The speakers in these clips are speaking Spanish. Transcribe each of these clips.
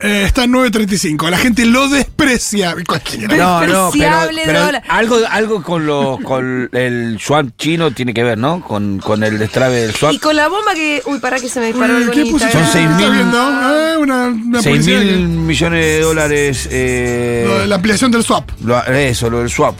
eh, está en 9.35. La gente lo desprecia. No, Cualquiera. no, pero, Despreciable pero dólar. algo, algo con, lo, con el yuan chino tiene que ver, ¿no? Con, con el destrave del yuan. Y con la bomba que. Uy, para que se me disparó. Ah. Uy, algo en ¿Qué pusiste? Instagram. Son seis ¿Estás mil- viendo? Eh, una, una 6 publicidad mil que- millones de dólares. eh, lo de La Ah, ampliación del swap. lo- eso, lo del swap.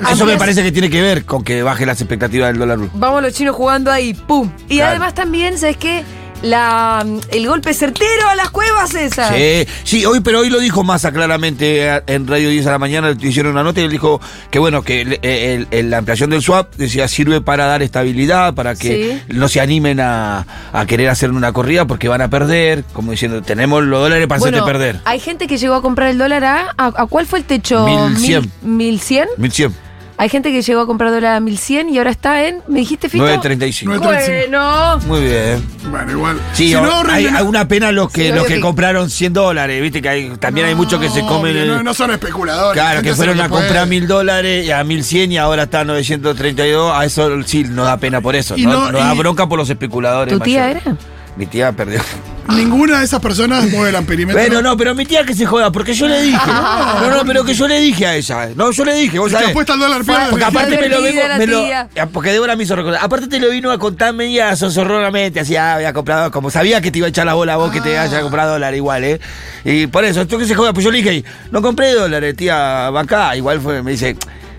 Eso me Amplias- parece que tiene que ver con que baje las expectativas del dólar. Vamos los chinos jugando ahí, ¡pum! Y Claro. además también, ¿sabes qué? La, el golpe certero a las cuevas esas. Sí, sí, hoy, pero hoy lo dijo Massa claramente eh, en Radio 10 a la mañana, hicieron una nota y él dijo que bueno, que el- eh, el- el- la ampliación del swap decía sirve para dar estabilidad, para que no se animen a, a querer hacer una corrida porque van a perder, como diciendo, tenemos los dólares para Bueno, hacerte perder. Hay gente que llegó a comprar el dólar a. ¿A, a cuál fue el techo? 1100. Mil- ¿1100? 1100, Hay gente que llegó a comprar dólar a 1100 y ahora está en. ¿Me dijiste Fito? 935. 9.35. Bueno. Muy bien. Bueno, igual. Sí, si o- no, hay Reina- alguna pena los que Sí, los obvio que, que- compraron 100 dólares, viste que hay, también hay muchos que se No, comen el- No, no son especuladores. la Claro, gente que hace fueron lo a puede. comprar mil dólares y a mil cien y ahora está a 932. A eso sí, no da pena por eso. Y No, no- no da y- bronca por los especuladores. ¿Tu tía mayores. era? Mi tía perdió. Ninguna de esas personas mueve el amperímetro. Bueno, no, pero mi tía que se joda, porque yo le dije. No, no, pero que yo le dije a ella. eh. No, yo le dije, vos Que sabés. apuesta al dólar Fue- pierde. Porque aparte me lo vengo. Divertida la me lo- eh, tía. porque Débora me hizo recordar. Aparte te lo vino a contar media sosorronamente. Así, ah, había comprado. Como sabía que te iba a echar la bola a vos que te haya comprado dólar igual, ¿eh? Y por eso, esto que se joda. Pues yo le dije, no compré dólares, tía, acá. Igual fue, me dice.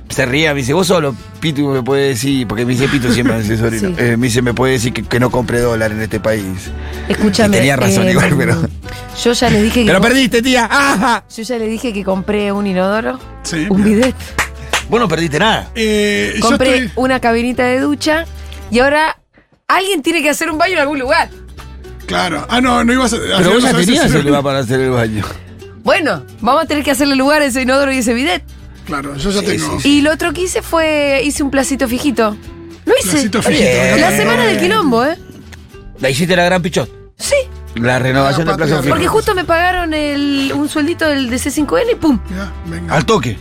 Se ría, me dice, vos solo, Pitu, me puede decir, porque me dice Pitu siempre, me dice sobrino, Sí. eh, me dice, me puede decir que, que no compré dólar en este país. Escúchame. eh, Y tenía razón igual, pero- Yo ya le dije que. Pero perdiste, tía. ¡Ajá! Yo ya le dije que compré un inodoro. Sí, Un bien. bidet. Vos no perdiste nada. Eh, yo Compré estoy- una cabinita de ducha y ahora alguien tiene que hacer un baño en algún lugar. Claro. Ah, no, no ibas a. ayer Pero vos no ya sabés tenías si- el lugar para hacer el baño. Bueno, vamos a tener que hacerle lugar a ese inodoro y ese bidet. Claro, yo ya tengo. Y lo otro que hice fue, hice un placito fijito. Lo hice. Placito fijito, Bien. La semana del quilombo, ¿eh? La hiciste la gran pichot. Sí, La renovación La del plazo patria. fijo. porque justo me pagaron el, un sueldito del de C5N y pum, Mirá, venga. Al toque.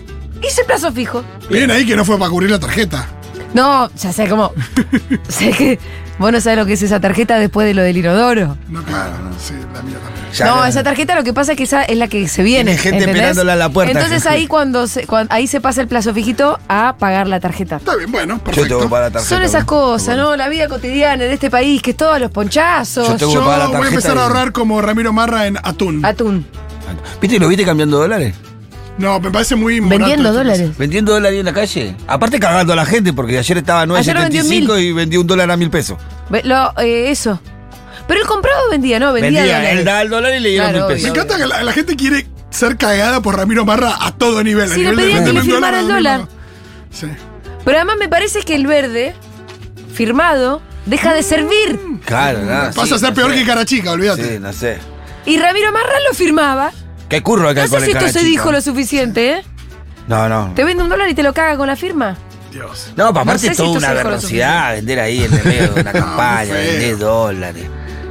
hice plazo fijo. Bien ahí que no fue para cubrir la tarjeta. No, ya sé cómo. sé que vos no sabés lo que es esa tarjeta después de lo del inodoro. No, claro, no, sí, la mía también. Ya, no, ya. esa tarjeta lo que pasa es que esa es la que se viene. Tiene gente esperándola en la puerta. Entonces ahí cuando, se, cuan- ahí se pasa el plazo fijito a pagar la tarjeta. Está bien, bueno, Yo tengo perfecto. que pagar la tarjeta. Son esas boludo. cosas, ¿no? La vida cotidiana de este país, que es todos los ponchazos. Yo tengo- Yo que pagar la voy a tarjeta empezar a y- ahorrar como Ramiro Marra en atún. Atún. ¿Viste que lo viste cambiando dólares? No, me parece muy inmoral Vendiendo todo esto. dólares. Vendiendo dólares en la calle. Aparte cagando a la gente, porque ayer estaba a Ayer lo vendió en 9.75 y vendió un dólar a mil pesos. Ve- lo, eh, eso. Pero el comprado vendía, ¿no? Vendía. Vendía, dólares. él daba el dólar y le dieron Claro, mil Me obvio. pesos. encanta que la, la gente quiere ser cagada por Ramiro Marra a todo nivel. a Sí, le nivel de pedían que le vendeme un firmara dólar, el dame un dólar. Sí. Pero además me parece que el verde, firmado, deja Mm. de servir. Claro, nada. Pasa a ser peor que Carachica, olvídate. Sí, no sé. Y Ramiro Marra lo firmaba. Qué curro acá No sé con el si esto se Carachica. dijo lo suficiente, ¿eh? No, no. Te vende un dólar y te lo caga con la firma. Dios. No, pa- aparte sé es si toda esto una se dijo lo verrosidad vender ahí en el medio de una campaña, muy feo. vender dólares.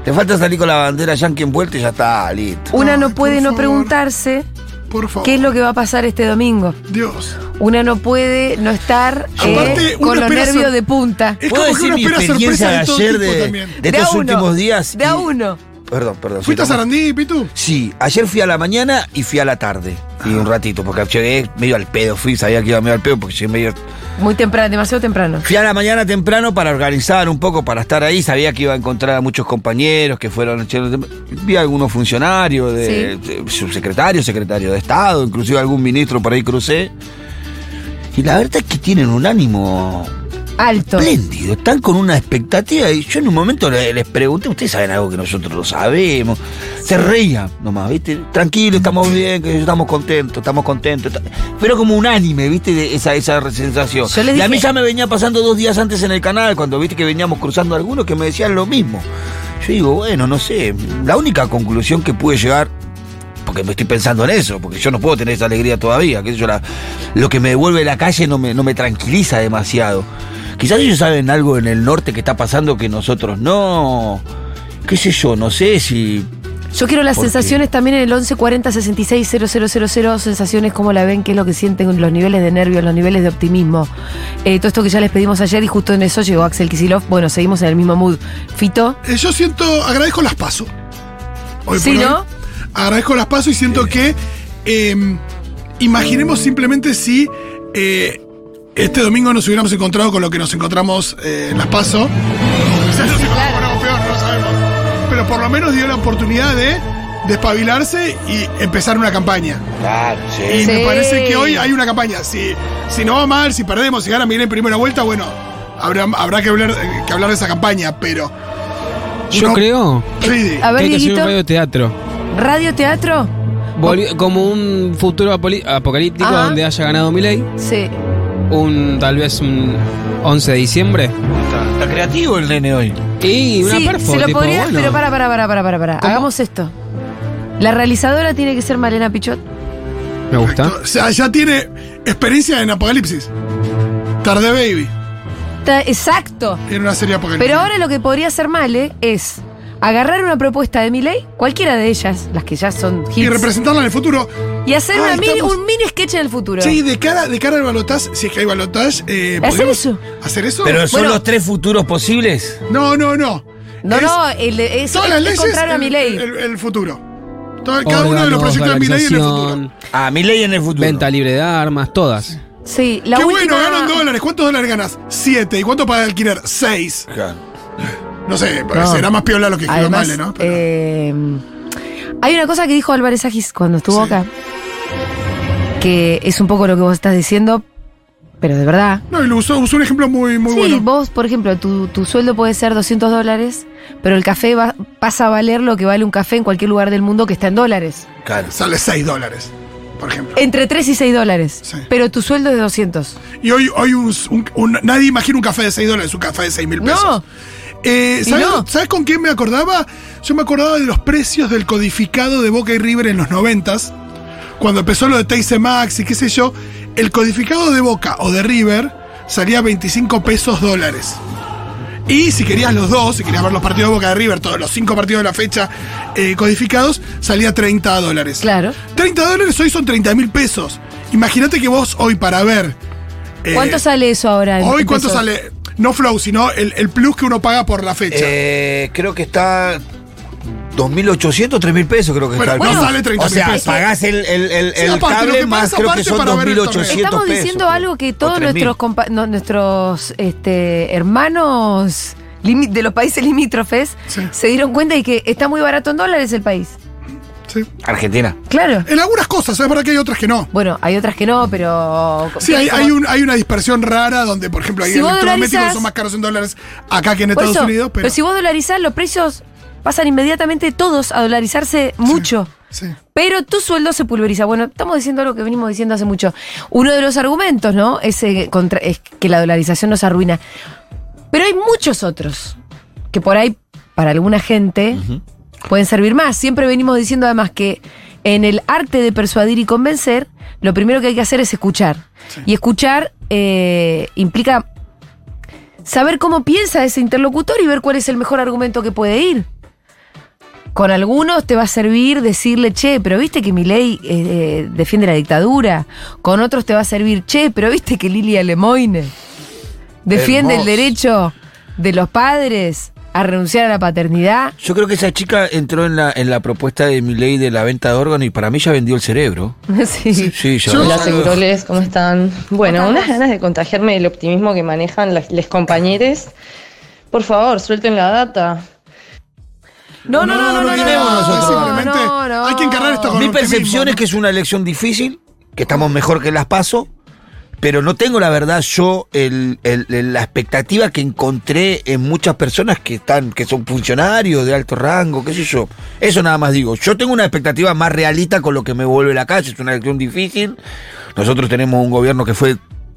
Te falta salir con la bandera yankee envuelta y ya está, listo. Una Ay, no por puede no favor. preguntarse Por favor. qué es lo que va a pasar este domingo. Dios. Una no puede no estar eh, Aparte, uno con los espera nervios sor- de punta. Es ¿Puedo como que decir uno mi espera experiencia de sorpresas de todo ayer tipo de, también. de De a estos uno, últimos días? de a y- uno. Perdón, perdón. ¿Fuiste a sí, no- Sarandí, Pitu? Sí, ayer fui a la mañana y fui a la tarde. Y Ah. un ratito, porque llegué medio al pedo, fui, sabía que iba medio al pedo, porque llegué medio... Muy temprano, demasiado temprano. Fui a la mañana temprano para organizar un poco, para estar ahí, sabía que iba a encontrar a muchos compañeros que fueron... Vi a algunos funcionarios, de, de subsecretarios, secretarios de Estado, inclusive algún ministro por ahí crucé. Y la verdad es que tienen un ánimo Alto. Espléndido, están con una expectativa. Y yo en un momento le- les, pregunté, ¿ustedes saben algo que nosotros no sabemos? Se reían nomás, ¿viste? Tranquilo, estamos bien, que estamos contentos, estamos contentos. ta- Pero como unánime, ¿viste? De esa, esa sensación. Yo les y a mí dije- ya me venía pasando dos días antes en el canal, cuando viste que veníamos cruzando algunos que me decían lo mismo. Yo digo, bueno, no sé. La única conclusión que pude llegar porque me estoy pensando en eso, porque yo no puedo tener esa alegría todavía, que yo la- lo que me devuelve la calle no me, no me tranquiliza demasiado. Quizás ellos saben algo en el norte que está pasando que nosotros no. qué sé yo, no sé si. Yo quiero las ¿Por qué? sensaciones también en el 1140 66 000, sensaciones como la ven, qué es lo que sienten, los niveles de nervios, los niveles de optimismo. Eh, todo esto que ya les pedimos ayer y justo en eso llegó Axel Kisilov. Bueno, seguimos en el mismo mood. Fito, Eh, yo siento, agradezco las paso. Hoy Sí, por hoy. ¿no? agradezco las pasos y siento que eh, imaginemos simplemente si eh, este domingo nos hubiéramos encontrado con lo que nos encontramos eh, en las pasos. Quizás nos encontramos con algo peor, no lo sabemos. Pero por lo menos dio la oportunidad de despabilarse y empezar una campaña. Claro, Y sí. Sí. me parece que hoy hay una campaña. Si, si no va mal, si perdemos, si gana Miguel en primera vuelta, bueno, habrá, habrá que, hablar, eh, que hablar de esa campaña, pero. Yo uno- creo Sí, A que ver, hay que hacer Dieguito. un radioteatro. ¿Radio teatro? Volvi- Como un futuro apoli- apocalíptico Ajá. donde haya ganado Milei. Sí. Un, tal vez un 11 de diciembre. Está, está creativo el nene hoy. Y una sí, perfo, se lo tipo, podría, bueno. pero para, para, para, para, para, para. ¿Cómo? Hagamos esto. La realizadora tiene que ser Malena Pichot. Me gusta. O sea, ya tiene experiencia en Apocalipsis. Tarde Baby. Ta- Exacto. En una serie de Apocalipsis. Pero ahora lo que podría hacer Male es agarrar una propuesta de Milei, cualquiera de ellas, las que ya son hits, y y, representarla en el futuro. hacer Ah, una mini- estamos- un mini sketch en el futuro. Sí, de cara, de cara al balotaje, si es que hay balotaje. eh, ¿Hacer podemos- eso? ¿Hacer eso? Pero son Bueno. los tres futuros posibles. no, no, no. no, Es no, el, es, Todas las es leyes. contrario a el- Milei. El, el futuro. Todo- cada uno de los Órganos, proyectos de Milei en el futuro. valorización, Ah, mi ley en el futuro. Venta libre de armas, todas. Sí, la Qué última... bueno, ganan dólares. ¿Cuántos dólares ganas? Siete. ¿Y cuánto para alquiler? Seis. Claro. No sé, No. será más piola lo que escribió Además, Male, ¿no? Pero- eh, hay una cosa que dijo Álvarez Agis cuando estuvo Sí. acá, que es un poco lo que vos estás diciendo, pero de verdad. no, y lo usó, usó un ejemplo muy, muy sí, bueno. vos, por ejemplo, tu, tu sueldo puede ser 200 dólares, pero el café va- pasa a valer lo que vale un café en cualquier lugar del mundo que está en dólares. Claro. Sale seis dólares, por ejemplo. Entre 3 y 6 dólares, Sí. pero tu sueldo es de 200. Y hoy, hoy un, un- un- nadie imagina un café de 6 dólares, un café de 6 mil pesos. No. Eh, Y ¿sabes, no. sabes con quién me acordaba? Yo me acordaba de los precios del codificado de Boca y River en los noventas, cuando empezó lo de Teise Max y qué sé yo. El codificado de Boca o de River salía 25 pesos dólares. Y si querías los dos, si querías ver los partidos de Boca de River, todos los cinco partidos de la fecha eh, codificados, salía 30 dólares. Claro. 30 dólares hoy son 30 mil pesos. Imagínate que vos hoy para ver. eh, ¿Cuánto sale eso ahora? en- Hoy en cuánto pesos? sale, no flow, sino el, el plus que uno paga por la fecha. Eh, creo que está 2.800, 3.000 pesos creo que Bueno, está. no el- sale 30.000 O sea, pesos. pagás el, el, el, Sí, el aparte, lo cable que más pasa creo que aparte son para ver el 2.800 pesos. torneo. Estamos diciendo algo que O todos 3.000. nuestros compa- no- nuestros este, hermanos limi- de los países limítrofes Sí. se dieron cuenta de que está muy barato en dólares el país. Sí. Argentina. Claro. En algunas cosas, es verdad que hay otras que no. Bueno, hay otras que no, pero. Sí, hay, como- hay un- hay una dispersión rara donde, por ejemplo, hay Si vos electrodomésticos que dolarizás- son más caros en dólares acá que en Por Estados eso, Unidos, pero. pero si vos dolarizás, los precios pasan inmediatamente todos a dolarizarse mucho. Sí. Pero tu sueldo se pulveriza. Bueno, estamos diciendo algo que venimos diciendo hace mucho. Uno de los argumentos, ¿no? Ese contra- es que la dolarización nos arruina. Pero hay muchos otros que por ahí, para alguna gente, pueden servir más. Siempre venimos diciendo además que en el arte de persuadir y convencer, lo primero que hay que hacer es escuchar. Y escuchar eh, implica saber cómo piensa ese interlocutor y ver cuál es el mejor argumento que puede ir. Con algunos te va a servir decirle, che, pero viste que mi ley eh, defiende la dictadura. Con otros te va a servir, che, pero viste que Lilia Lemoine defiende Hermoso. el derecho de los padres a renunciar a la paternidad. Yo creo que esa chica entró en la, en la propuesta de mi ley de la venta de órganos y para mí ya vendió el cerebro. sí. Sí, ya. Hola, seguroles, ¿cómo están? Bueno, unas ganas de contagiarme del optimismo que manejan las, les compañeros. Por favor, suelten la data. No, no, no, no, no, no, tenemos no, nosotros. Simplemente no, no. hay que encarar esto con Mi optimismo, percepción ¿no? es que es una elección difícil, que estamos mejor que las paso, pero no tengo la verdad yo el- el- el- la expectativa que encontré en muchas personas que están, que son funcionarios de alto rango, qué sé yo. Eso nada más digo. Yo tengo una expectativa más realista con lo que me vuelve la calle. Es una elección difícil. Nosotros tenemos un gobierno que fue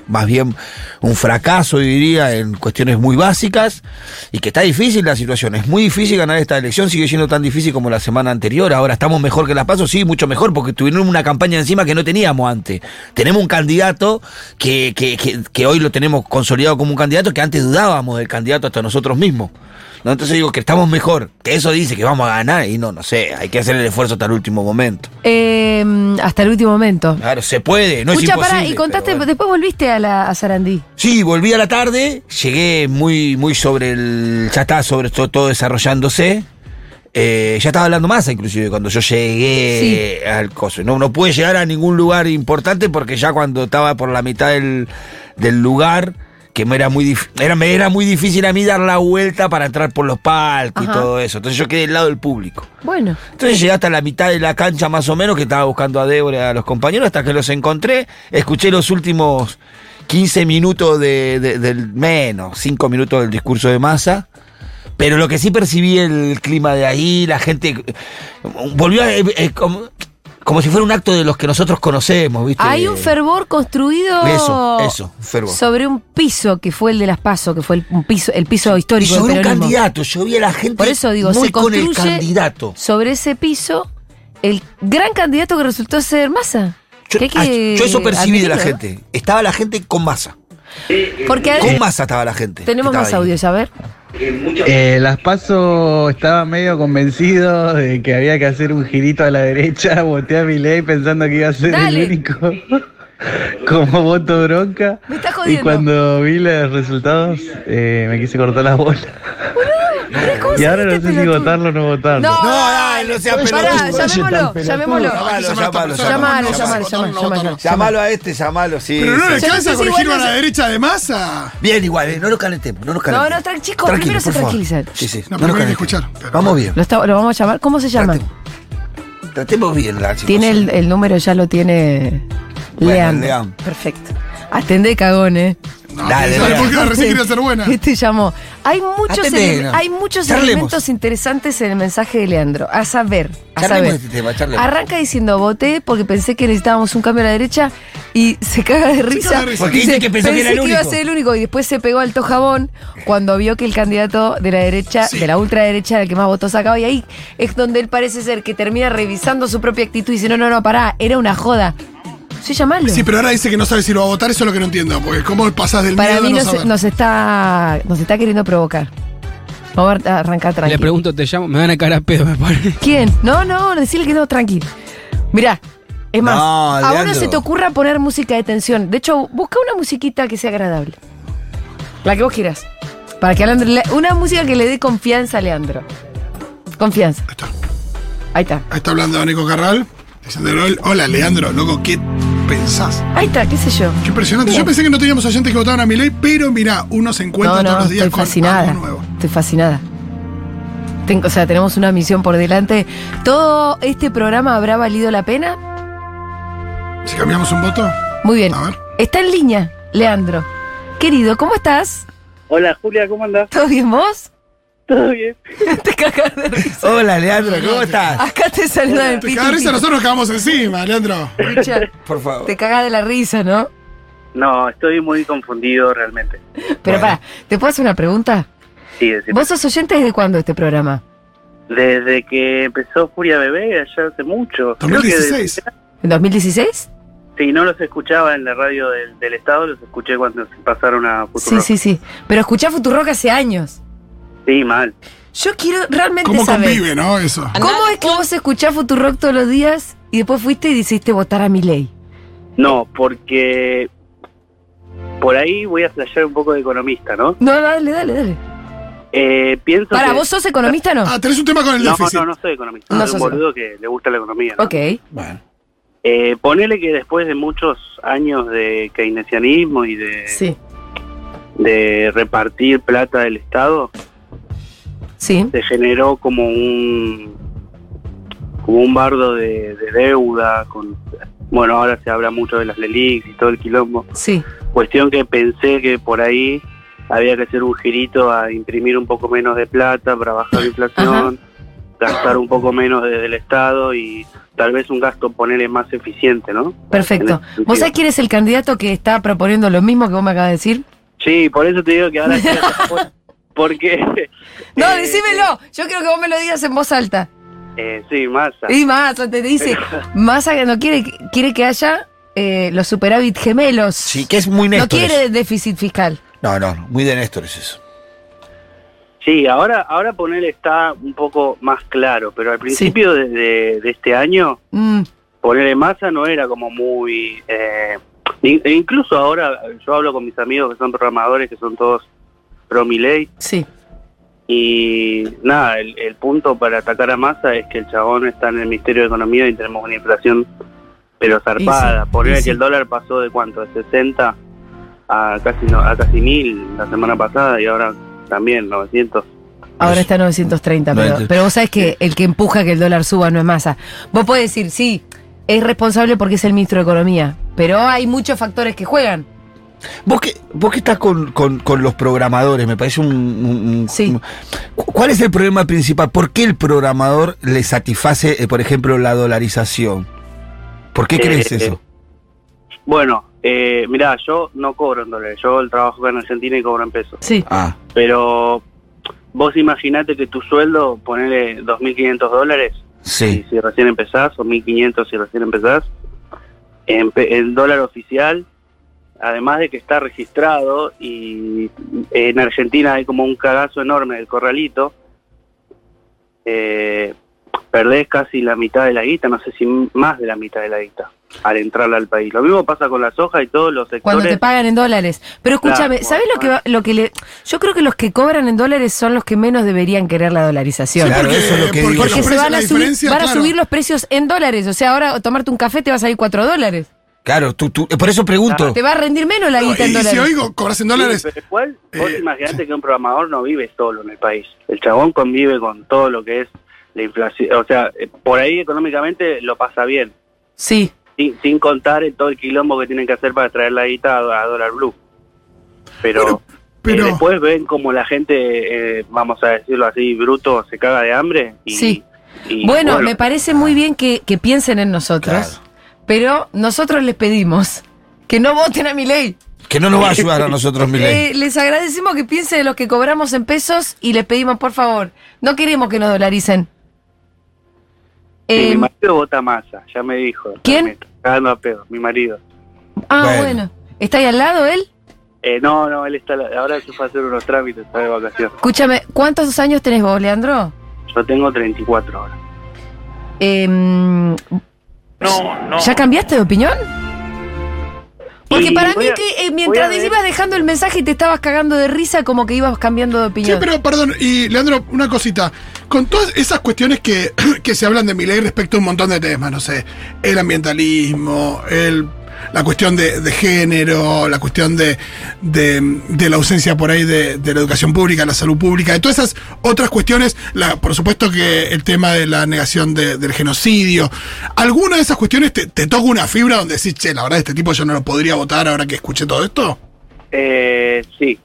más bien un fracaso, diría, en cuestiones muy básicas, y que está difícil la situación. Es muy difícil ganar esta elección, sigue siendo tan difícil como la semana anterior. Ahora estamos mejor que las pasos, sí, mucho mejor, porque tuvieron una campaña encima que no teníamos antes. Tenemos un candidato que, que, que- que hoy lo tenemos consolidado como un candidato que antes dudábamos del candidato hasta nosotros mismos. ¿no? Entonces digo que estamos mejor, que eso dice que vamos a ganar, y no, no sé, hay que hacer el esfuerzo hasta el último momento. Eh, hasta el último momento. Claro, se puede, no es Escucha, imposible. pará, y contaste, pero bueno. después volviste a, la, a Sarandí. Sí, volví a la tarde, llegué muy, muy sobre el. ya estaba sobre todo, todo desarrollándose. eh, ya estaba hablando masa, inclusive, cuando yo llegué al coso. No, no pude llegar a ningún lugar importante porque ya cuando estaba por la mitad del, del lugar, que me era muy, dif- era, me era muy difícil a mí dar la vuelta para entrar por los palcos Ajá. y todo eso. Entonces yo quedé del lado del público. Bueno, Entonces llegué hasta la mitad de la cancha más o menos, que estaba buscando a Débora y a los compañeros, hasta que los encontré, escuché los últimos 15 minutos de- de- del menos, 5 minutos del discurso de masa. Pero lo que sí percibí el clima de ahí, la gente eh, volvió a- eh, eh, como, como si fuera un acto de los que nosotros conocemos, ¿viste? hay un fervor construido Eso, eso, un fervor. sobre un piso que fue el de las PASO, que fue el un piso, el piso Y histórico del sobre un peronismo. candidato, yo vi a la gente Por eso digo, muy se con el construye candidato. sobre ese piso el gran candidato que resultó ser Massa. Yo, Que hay que ah, yo eso percibí de la admitirlo, gente. Estaba la gente con masa. ¿no? Porque a- Con masa estaba la gente. Eh, tenemos que más estaba ahí. audios, a ver. Eh, las paso estaba medio convencido de que había que hacer un girito a la derecha, voté a mi ley pensando que iba a ser Dale. el único como voto bronca. Me estás Y jodiendo. cuando vi los resultados eh, me quise cortar la bola. ¿Cómo Y ahora saliste, no sé si pelotudo? votarlo o no votarlo. No, No, dale, no sea Pará, pelotudo. llamémoslo, Oye, tan llamémoslo. pelotudo. Llamalo, Llamalo, No, llamalo, no, llamalo, no, llamalo. no, no. Llamalo a este, llamalo, sí. Pero no le sí. Yo no alcanza sé a si corregirlo a igual no la se- derecha de masa. Bien, igual, eh, no lo calentemos, no lo calentemos. no, tra- chicos, primero se por favor. tranquilizan. Sí, sí, No, no lo primero hay que calentemos. escuchar. Vamos bien. Lo, está- lo vamos a llamar. ¿Cómo se llama? Tratemos- Tratemos bien la chica. Tiene el, el número, ya lo tiene Bueno, Leandro. Leandro. Perfecto. Atendé, cagón, eh. No, Dale, ¿sabes dale. por qué la recién quería ser buena? Este llamó. Hay muchos, Atendé, ele- no. hay muchos Charlemos. elementos interesantes en el mensaje de Leandro. A saber, a Charlemos saber. de este tema, charlemos. Arranca diciendo, voté porque pensé que necesitábamos un cambio a la derecha y se caga de risa. caga de risa. Porque dice que pensó que era el iba a único". ser el único y después se pegó alto jabón cuando vio que el candidato de la derecha, de la ultraderecha, era el que más votos sacaba. Y ahí es donde él parece ser que termina revisando su propia actitud y dice, no, no, no, pará, era una joda. Sí, llamalo. Sí, pero ahora dice que no sabe si lo va a votar, eso es lo que no entiendo, porque cómo pasás del Para miedo mí a no nos, saber. nos está, nos está queriendo provocar. Vamos a arrancar Le tranquilo. pregunto, te llamo, me van a cagar a pedo, me parece. ¿Quién? No, no, decirle que no, tranquilo. Mirá, es más, No, a vos no Leandro. se te ocurra poner música de tensión. De hecho, busca una musiquita que sea agradable. La que vos quieras. Para que a Leandro le- Una música que le dé confianza a Leandro. Confianza. Ahí está. Ahí está. Ahí está hablando Nico Carral, diciéndole, hola Leandro, loco, ¿qué pensás? Ahí está, qué sé yo. Qué impresionante. Yo pensé que no teníamos oyentes que votaban a mi ley, pero mirá, uno se no, encuentra no, todos los días estoy con fascinada. algo nuevo. Estoy fascinada. Ten- o sea, tenemos una misión por delante. ¿Todo este programa habrá valido la pena? Si cambiamos un voto, Muy bien. A ver. Está en línea, Leandro. Querido, ¿cómo estás? Hola Julia, ¿cómo andás? ¿Todo bien vos? ¿Todo bien? te cagas de risa. Hola, Leandro, ¿cómo estás? Acá te saluda el te piti. cada risa piti. nosotros nos cagamos encima, Leandro. Richard, Por favor. te cagas de la risa, ¿no? No, estoy muy confundido realmente. Pero para, ¿te puedo hacer una pregunta? Sí, decime. ¿Vos sos oyente desde cuándo este programa? Desde que empezó Furia Bebé, allá hace mucho. Creo que desde- 2016. ¿En 2016? sí, no los escuchaba en la radio del, del Estado, los escuché cuando se pasaron a Sí, Futuro. sí, sí. Pero escuché Futurock hace años. Sí, mal. Yo quiero realmente ¿Cómo saber. convive, no? Eso. ¿Cómo es que vos escuchás Futurock todos los días y después fuiste y decidiste votar a mi ley? No, porque por ahí voy a flashear un poco de economista, ¿no? No, dale, dale, dale. Eh, pienso Para, que... ¿vos sos economista o no? Ah, tenés un tema con el No, déficit. no, no soy economista. No soy sos- un boludo que le gusta la economía. ¿no? Ok. Bueno. Eh, ponele que después de muchos años de keynesianismo y de, Sí. de repartir plata del Estado, Sí. se generó como un como un bardo de, de deuda con bueno ahora se habla mucho de las LELIX y todo el quilombo Sí. cuestión que pensé que por ahí había que hacer un girito a imprimir un poco menos de plata para bajar la inflación gastar un poco menos desde el Estado y tal vez un gasto ponerle más eficiente no Perfecto. En ese sentido. ¿Vos sabés quién es el candidato que está proponiendo lo mismo que vos me acabas de decir? sí por eso te digo que ahora estoy acá, por- porque No, eh, decímelo. Yo quiero que vos me lo digas en voz alta. eh, sí masa Y más, te dice. Más no quiere, quiere que haya eh, los superávit gemelos. Sí, que es muy no Néstor. eso. quiere déficit fiscal. No, no, no, muy de Néstor es eso. Sí, ahora, ahora poner está un poco más claro, pero al principio de, de- de este año, Mm, ponerle masa no era como muy... eh, ni- e incluso ahora yo hablo con mis amigos que son programadores, que son todos pro Milei, sí. Y nada, el, el punto para atacar a Massa es que el chabón está en el Ministerio de Economía y tenemos una inflación pero zarpada. Y sí, Poner y que sí. el dólar pasó de cuánto, de 60 a casi no, a casi mil la semana pasada y ahora también 900. Ahora está 930, pero, Noventa. pero vos sabés que el que empuja que el dólar suba no es masa. Vos podés decir, sí, es responsable porque es el ministro de Economía, pero hay muchos factores que juegan. Vos que, vos que estás con, con- con los programadores, me parece un... un- un- Sí. un- ¿Cu- ¿Cuál es el problema principal? ¿Por qué el programador le satisface, eh, por ejemplo, la dolarización? ¿Por qué Eh, crees eh, eso? Bueno, eh, mirá, yo no cobro en dólares, yo el trabajo en Argentina y cobro en pesos. Sí. Ah, Pero vos imaginate que tu sueldo, ponele 2.500 dólares, sí. si, si recién empezás, o 1.500 si recién empezás, en, pe- en dólar oficial, además de que está registrado y en Argentina hay como un cagazo enorme del corralito, eh, perdés casi la mitad de la guita, no sé si m- más de la mitad de la guita al entrarla al país. Lo mismo pasa con la soja y todos los sectores. Cuando te pagan en dólares. Pero escúchame, Claro, ¿sabés lo que, va- lo que le.? Yo creo que los que cobran en dólares son los que menos deberían querer la dolarización. Sí, Claro, eso es lo que digo. los Porque se precios- van la a, subir, diferencia, van a claro. subir los precios en dólares. O sea, ahora tomarte un café te va a salir 4 dólares. Claro, tú, tú- eh, por eso pregunto. Ah, Te va a rendir menos la No, guita en y, si dólares. hoy co- cobras en dólares, Sí, pero igual, vos Eh, imaginate que un programador no vive solo en el país. El chabón convive con todo lo que es la inflación. O sea, eh, por ahí económicamente lo pasa bien, Sí. sin, sin contar el- todo el quilombo que tienen que hacer para traer la guita a, a dólar blue. Pero, Bueno, eh, pero después ven como la gente, eh, vamos a decirlo así, bruto, se caga de hambre. Y, Sí. y Bueno, me parece muy bien que, que piensen en nosotros, Claro. pero nosotros les pedimos que no voten a mi ley. Eh, Que no nos va a ayudar a nosotros, Milei. les agradecemos que piensen en los que cobramos en pesos y les pedimos, por favor, no queremos que nos dolaricen. sí, Eh, mi marido vota masa, ya me dijo. ¿Quién? Me está cagando a pedo, mi marido. ah, bueno. Bueno. ¿Está ahí al lado él? Eh, no, no, él está, ahora se fue a hacer unos trámites, está de vacaciones. Escúchame, ¿cuántos años tenés vos, Leandro? Yo tengo 34 ahora. Eh, No, no. ¿Ya cambiaste de opinión? Porque Y para voy mí a- que eh, mientras voy a ver. ibas dejando el mensaje y te estabas cagando de risa como que ibas cambiando de Sí, opinión. pero perdón, y Leandro, una cosita. Con todas esas cuestiones que, que se hablan de mi ley respecto a un montón de temas, no sé, el ambientalismo, el, la cuestión de, de género, la cuestión de, de, de la ausencia por ahí de, de la educación pública, la salud pública, de todas esas otras cuestiones, la- por supuesto que el tema de la negación de- del genocidio, ¿alguna de esas cuestiones te, te toca una fibra donde decís, che, la verdad, este tipo yo no lo podría votar ahora que escuché todo esto? Eh, sí.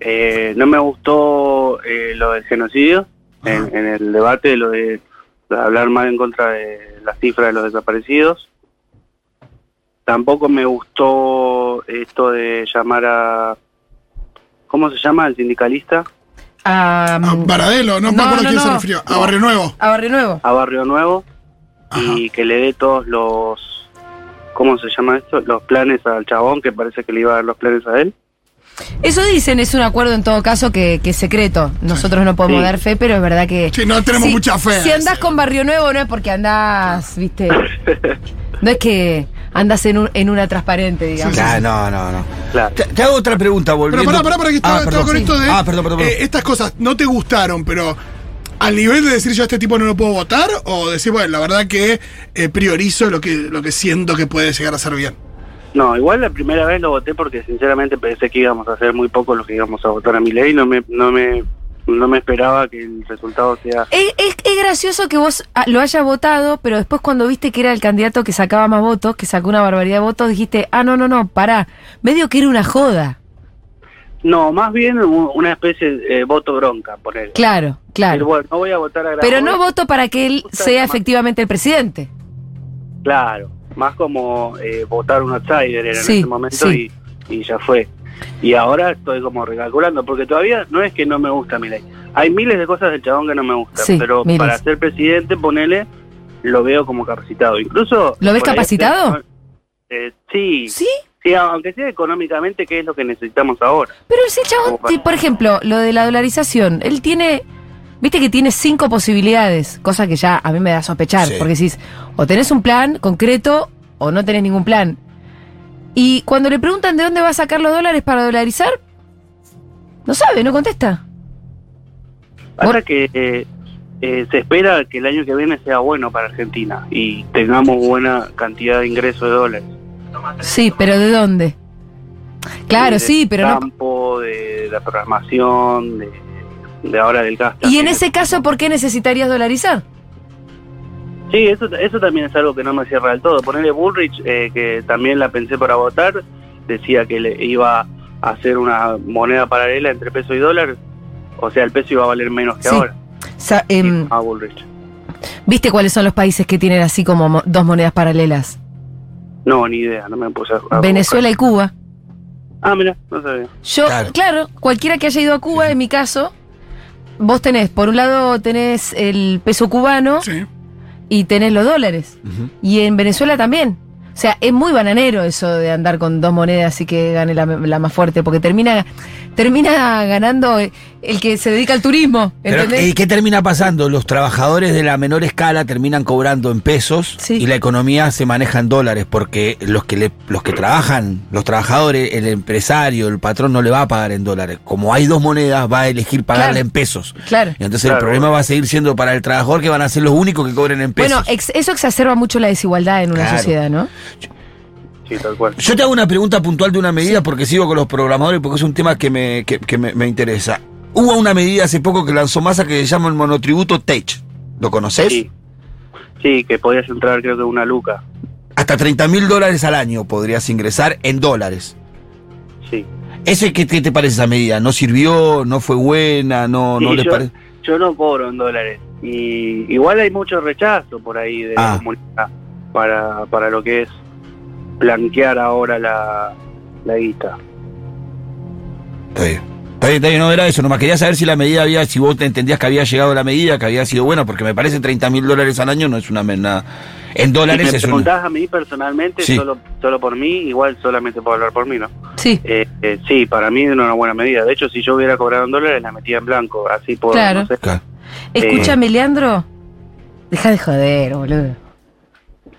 Eh, no me gustó eh, lo del genocidio en, en el debate, lo de hablar mal en contra de las cifras de los desaparecidos. Tampoco me gustó esto de llamar a... ¿Cómo se llama? El sindicalista. Ah, A Baradelo, no, me No, acuerdo no, a quién se no. refirió, a Barrio Nuevo. A Barrio Nuevo. A Barrio Nuevo. Y que le dé todos los... ¿Cómo se llama esto? Los planes al chabón, que parece que le iba a dar los planes a él. Eso dicen, es un acuerdo en todo caso que, que es secreto. Nosotros no podemos Sí. dar fe, pero es verdad que. Sí, no tenemos Si- mucha fe. Si andás Sí. con Barrio Nuevo no es porque andás, viste. No es que andás en, un- en una transparente, digamos. Claro, no, no, no. Claro. Te, te hago otra pregunta, volviendo. Pero pará, pará, pará, que estaba, Ah, estaba perdón. con esto de. Ah, perdón, perdón. perdón. eh, estas cosas no te gustaron, pero. Al nivel de decir yo a este tipo no lo puedo votar, o decir, bueno, la verdad que eh, priorizo lo que, lo que siento que puede llegar a ser bien. No, igual la primera vez lo voté porque sinceramente pensé que íbamos a ser muy pocos los que íbamos a votar a mi ley. No me, no me, no me esperaba que el resultado sea. Es, es- es gracioso que vos ah, lo hayas votado, pero después cuando viste que era el candidato que sacaba más votos, que sacó una barbaridad de votos, dijiste, ah, no, no, no, pará. Medio que era una joda. No, más bien u- una especie de eh, voto bronca, por él. Claro, claro. Bueno, no voy a votar a Grabois. Pero no voto para que él sea efectivamente el presidente. Claro, más como eh, votar un outsider era Sí, en ese momento sí. y, y ya fue. Y ahora estoy como recalculando, porque todavía no es que no me gusta mi ley. Hay miles de cosas del chabón que no me gustan, Sí, pero miles. para ser presidente, ponele, lo veo como capacitado. Incluso... ¿Lo ves por ahí- capacitado? Eh, sí, ¿Sí? sí, aunque sea económicamente, que es lo que necesitamos ahora. Pero ese chabón, Como para- ti- por ejemplo, lo de la dolarización, él tiene, viste que tiene cinco posibilidades, cosa que ya a mí me da a sospechar, Sí. porque decís, o tenés un plan concreto o no tenés ningún plan. Y cuando le preguntan de dónde va a sacar los dólares para dolarizar, no sabe, no contesta. Pasa que eh, eh, se espera que el año que viene sea bueno para Argentina y tengamos buena cantidad de ingresos de dólares. Sí, pero ¿de dónde? Claro, De- sí, eh, del pero no. campo, de la programación, de, de ahora del gasto. Y en ese caso, ¿por qué necesitarías dolarizar? Sí, eso, eso también es algo que no me cierra del todo. Ponerle Bullrich, eh, que también la pensé para votar, decía que le iba a hacer una moneda paralela entre peso y dólar. O sea, el peso iba a valer menos que Sí. ahora O sea, em, a Bullrich. ¿Viste cuáles son los países que tienen así como mo- dos monedas paralelas? No, ni idea, no me puse a... a Venezuela y Cuba. buscar. Ah, mira, no sabía. Yo, Claro. claro. cualquiera que haya ido a Cuba, en mi caso, vos tenés, por un lado tenés el peso cubano Sí. y tenés los dólares. Y en Venezuela también. O sea, es muy bananero eso de andar con dos monedas y que gane la, la más fuerte, porque termina, termina ganando el que se dedica al turismo. Pero, ¿entendés? ¿Y qué termina pasando? Los trabajadores de la menor escala terminan cobrando en pesos Sí. y la economía se maneja en dólares porque los que, le- los que trabajan, los trabajadores, el empresario, el patrón no le va a pagar en dólares. Como hay dos monedas, va a elegir pagarle Claro. en pesos. Claro. Y entonces el Claro. problema va a seguir siendo para el trabajador que van a ser los únicos que cobren en pesos. Bueno, ex- eso exacerba mucho la desigualdad en una Claro. sociedad, ¿no? Sí, tal cual. Yo te hago una pregunta puntual de una medida porque sigo con los programadores porque es un tema que me, que, que me, me interesa. Hubo una medida hace poco que lanzó Massa que se llama el monotributo TECH. ¿Lo conoces? Sí. Sí, que podías entrar creo que una luca. Hasta 30 mil dólares al año podrías ingresar en dólares. Sí. ¿Ese qué, qué te parece esa medida? ¿No sirvió? ¿No fue buena? ¿No, Sí, no les yo- parece? Yo no cobro en dólares. Y igual hay mucho rechazo por ahí de Ah. la comunidad para, para lo que es blanquear ahora la, la guita. Está bien. Está bien, está bien, no era eso. Nomás quería saber si la medida había, si vos te entendías que había llegado la medida, que había sido buena, porque me parece 30 mil dólares al año no es una nada. En Si dólares me es una. preguntás a mí personalmente, Sí. solo, solo por mí, igual solamente puedo hablar por mí, ¿no? Sí. Eh, eh, sí, para mí es una buena medida. De hecho, si yo hubiera cobrado en dólares, la metía en blanco. Así por... Claro. no sé. Claro. Eh. Escúchame, Leandro. Deja de joder, boludo.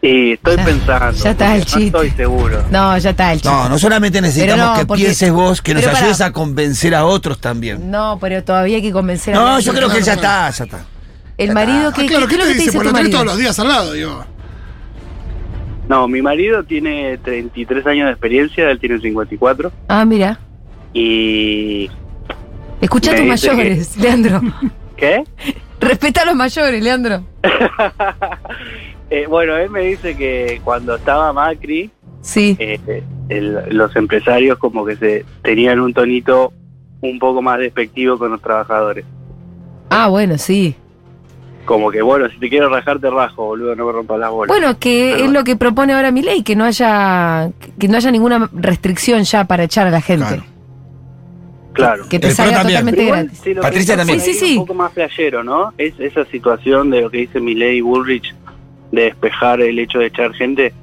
Y estoy Ya- pensando. ya está el no chiste. estoy seguro. No, ya está el chico. No, no solamente necesitamos Pero no, que porque- pienses vos, que nos pero pará. ayudes a convencer a otros también. No, pero todavía hay que convencer a No, Leandro. yo creo que ya está, ya está. El marido que. Ah, ¿qué, claro, ¿qué es lo te que te dice? dice Por tu lo tenés marido? todos los días al lado, digo. No, mi marido tiene 33 años de experiencia, él tiene 54. Ah, mira. Y... Escucha a Me tus dice mayores, Leandro. ¿Qué? Respeta a los mayores, Leandro. Eh, bueno, él me dice que cuando estaba Macri, Sí. eh, el- los empresarios como que se tenían un tonito un poco más despectivo con los trabajadores. Ah, bueno, sí. Como que, bueno, si te quiero rajar, te rajo, boludo, no me rompas las bolas. Bueno, que Pero es lo que propone ahora mi ley, que no haya, que no haya ninguna restricción ya para echar a la gente. Claro. claro. Que Eh, te pero salga también- totalmente Pero igual, gratis. si lo Patricia pensás también. por ahí Sí, sí, sí. Un poco más flashero, ¿no? Es esa situación de lo que dice Miley Bullrich de despejar el hecho de echar gente.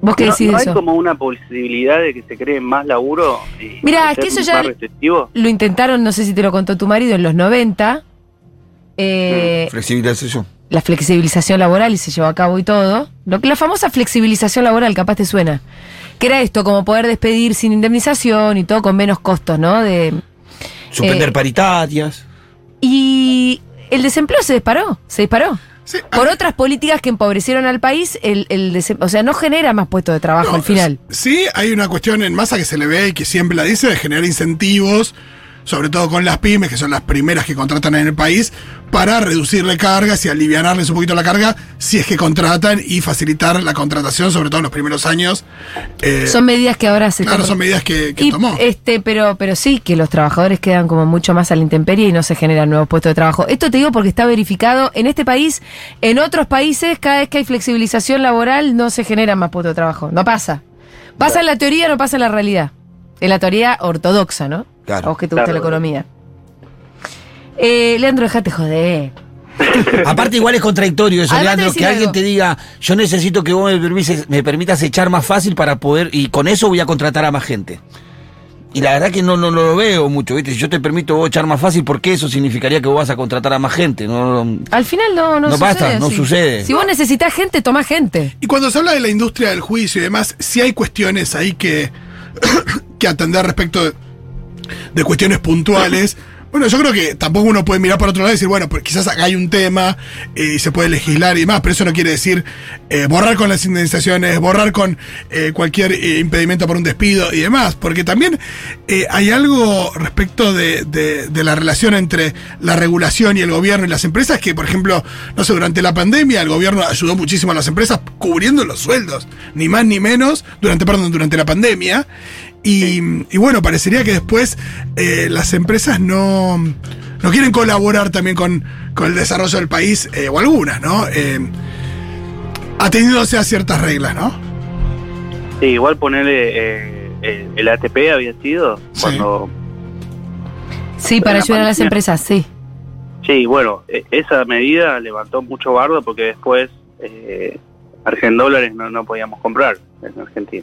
¿Vos qué ¿No, decís no de hay eso? como una posibilidad de que se cree más laburo? y Mirá, ser es que eso ya- más restrictivo? Lo intentaron, no sé si te lo contó tu marido, en los 90. Hmm. eh, Flexibilización. la flexibilización laboral y se llevó a cabo y todo. Lo que, la famosa flexibilización laboral, capaz te suena. Que era esto, como poder despedir sin indemnización y todo con menos costos, ¿no? De, Suspender Eh, paritarias. y el desempleo se disparó, se disparó. Sí, a- Por otras políticas que empobrecieron al país, el, el desem- o sea, no genera más puestos de trabajo No, al final. Sí, hay una cuestión en masa que se le ve y que siempre la dice de generar incentivos, sobre todo con las pymes, que son las primeras que contratan en el país, para reducirle cargas y aliviarles un poquito la carga si es que contratan y facilitar la contratación, sobre todo en los primeros años. Eh, son medidas que ahora se claro, toman. son medidas que, que Y, tomó. Este, pero, pero sí, que los trabajadores quedan como mucho más a la intemperie y no se generan nuevos puestos de trabajo. Esto te digo porque está verificado en este país, en otros países, cada vez que hay flexibilización laboral no se generan más puestos de trabajo. No pasa. Pasa en la teoría, no pasa en la realidad. En la teoría ortodoxa, ¿no? Claro. A vos que te gusta Claro. la economía. Eh, Leandro, dejate joder. Aparte, igual es contradictorio eso, Además, te voy Leandro, a que decir alguien algo. te diga, yo necesito que vos me, permises- me permitas echar más fácil para poder, y con eso voy a contratar a más gente. Y la verdad que no, no, no lo veo mucho, ¿viste? Si yo te permito vos echar más fácil, ¿por qué eso significaría que vos vas a contratar a más gente? No, no- Al final no, no, No sucede. pasa, no así. sucede. Si vos necesitas gente, toma gente. Y cuando se habla de la industria del juicio y demás, sí hay cuestiones ahí que, que atender respecto de, de cuestiones puntuales. Bueno, yo creo que tampoco uno puede mirar para otro lado y decir, bueno, pues quizás acá hay un tema eh, y se puede legislar y demás, pero eso no quiere decir eh, borrar con las indemnizaciones, borrar con eh, cualquier eh, impedimento por un despido y demás, porque también eh, hay algo respecto de, de- de la relación entre la regulación y el gobierno y las empresas que, por ejemplo, no sé, durante la pandemia el gobierno ayudó muchísimo a las empresas cubriendo los sueldos, ni más ni menos, durante, perdón, durante la pandemia. Y, y bueno, parecería que después eh, las empresas no, no quieren colaborar también con, con el desarrollo del país, eh, o algunas, ¿no? Eh, ateniéndose a ciertas reglas, ¿no? Sí, igual ponerle eh, eh, el ATP había sido Sí. cuando Sí, para La ayudar a las pandemia. empresas, sí. Sí, bueno, e- esa medida levantó mucho bardo porque después eh, Argen dólares no, no podíamos comprar en Argentina.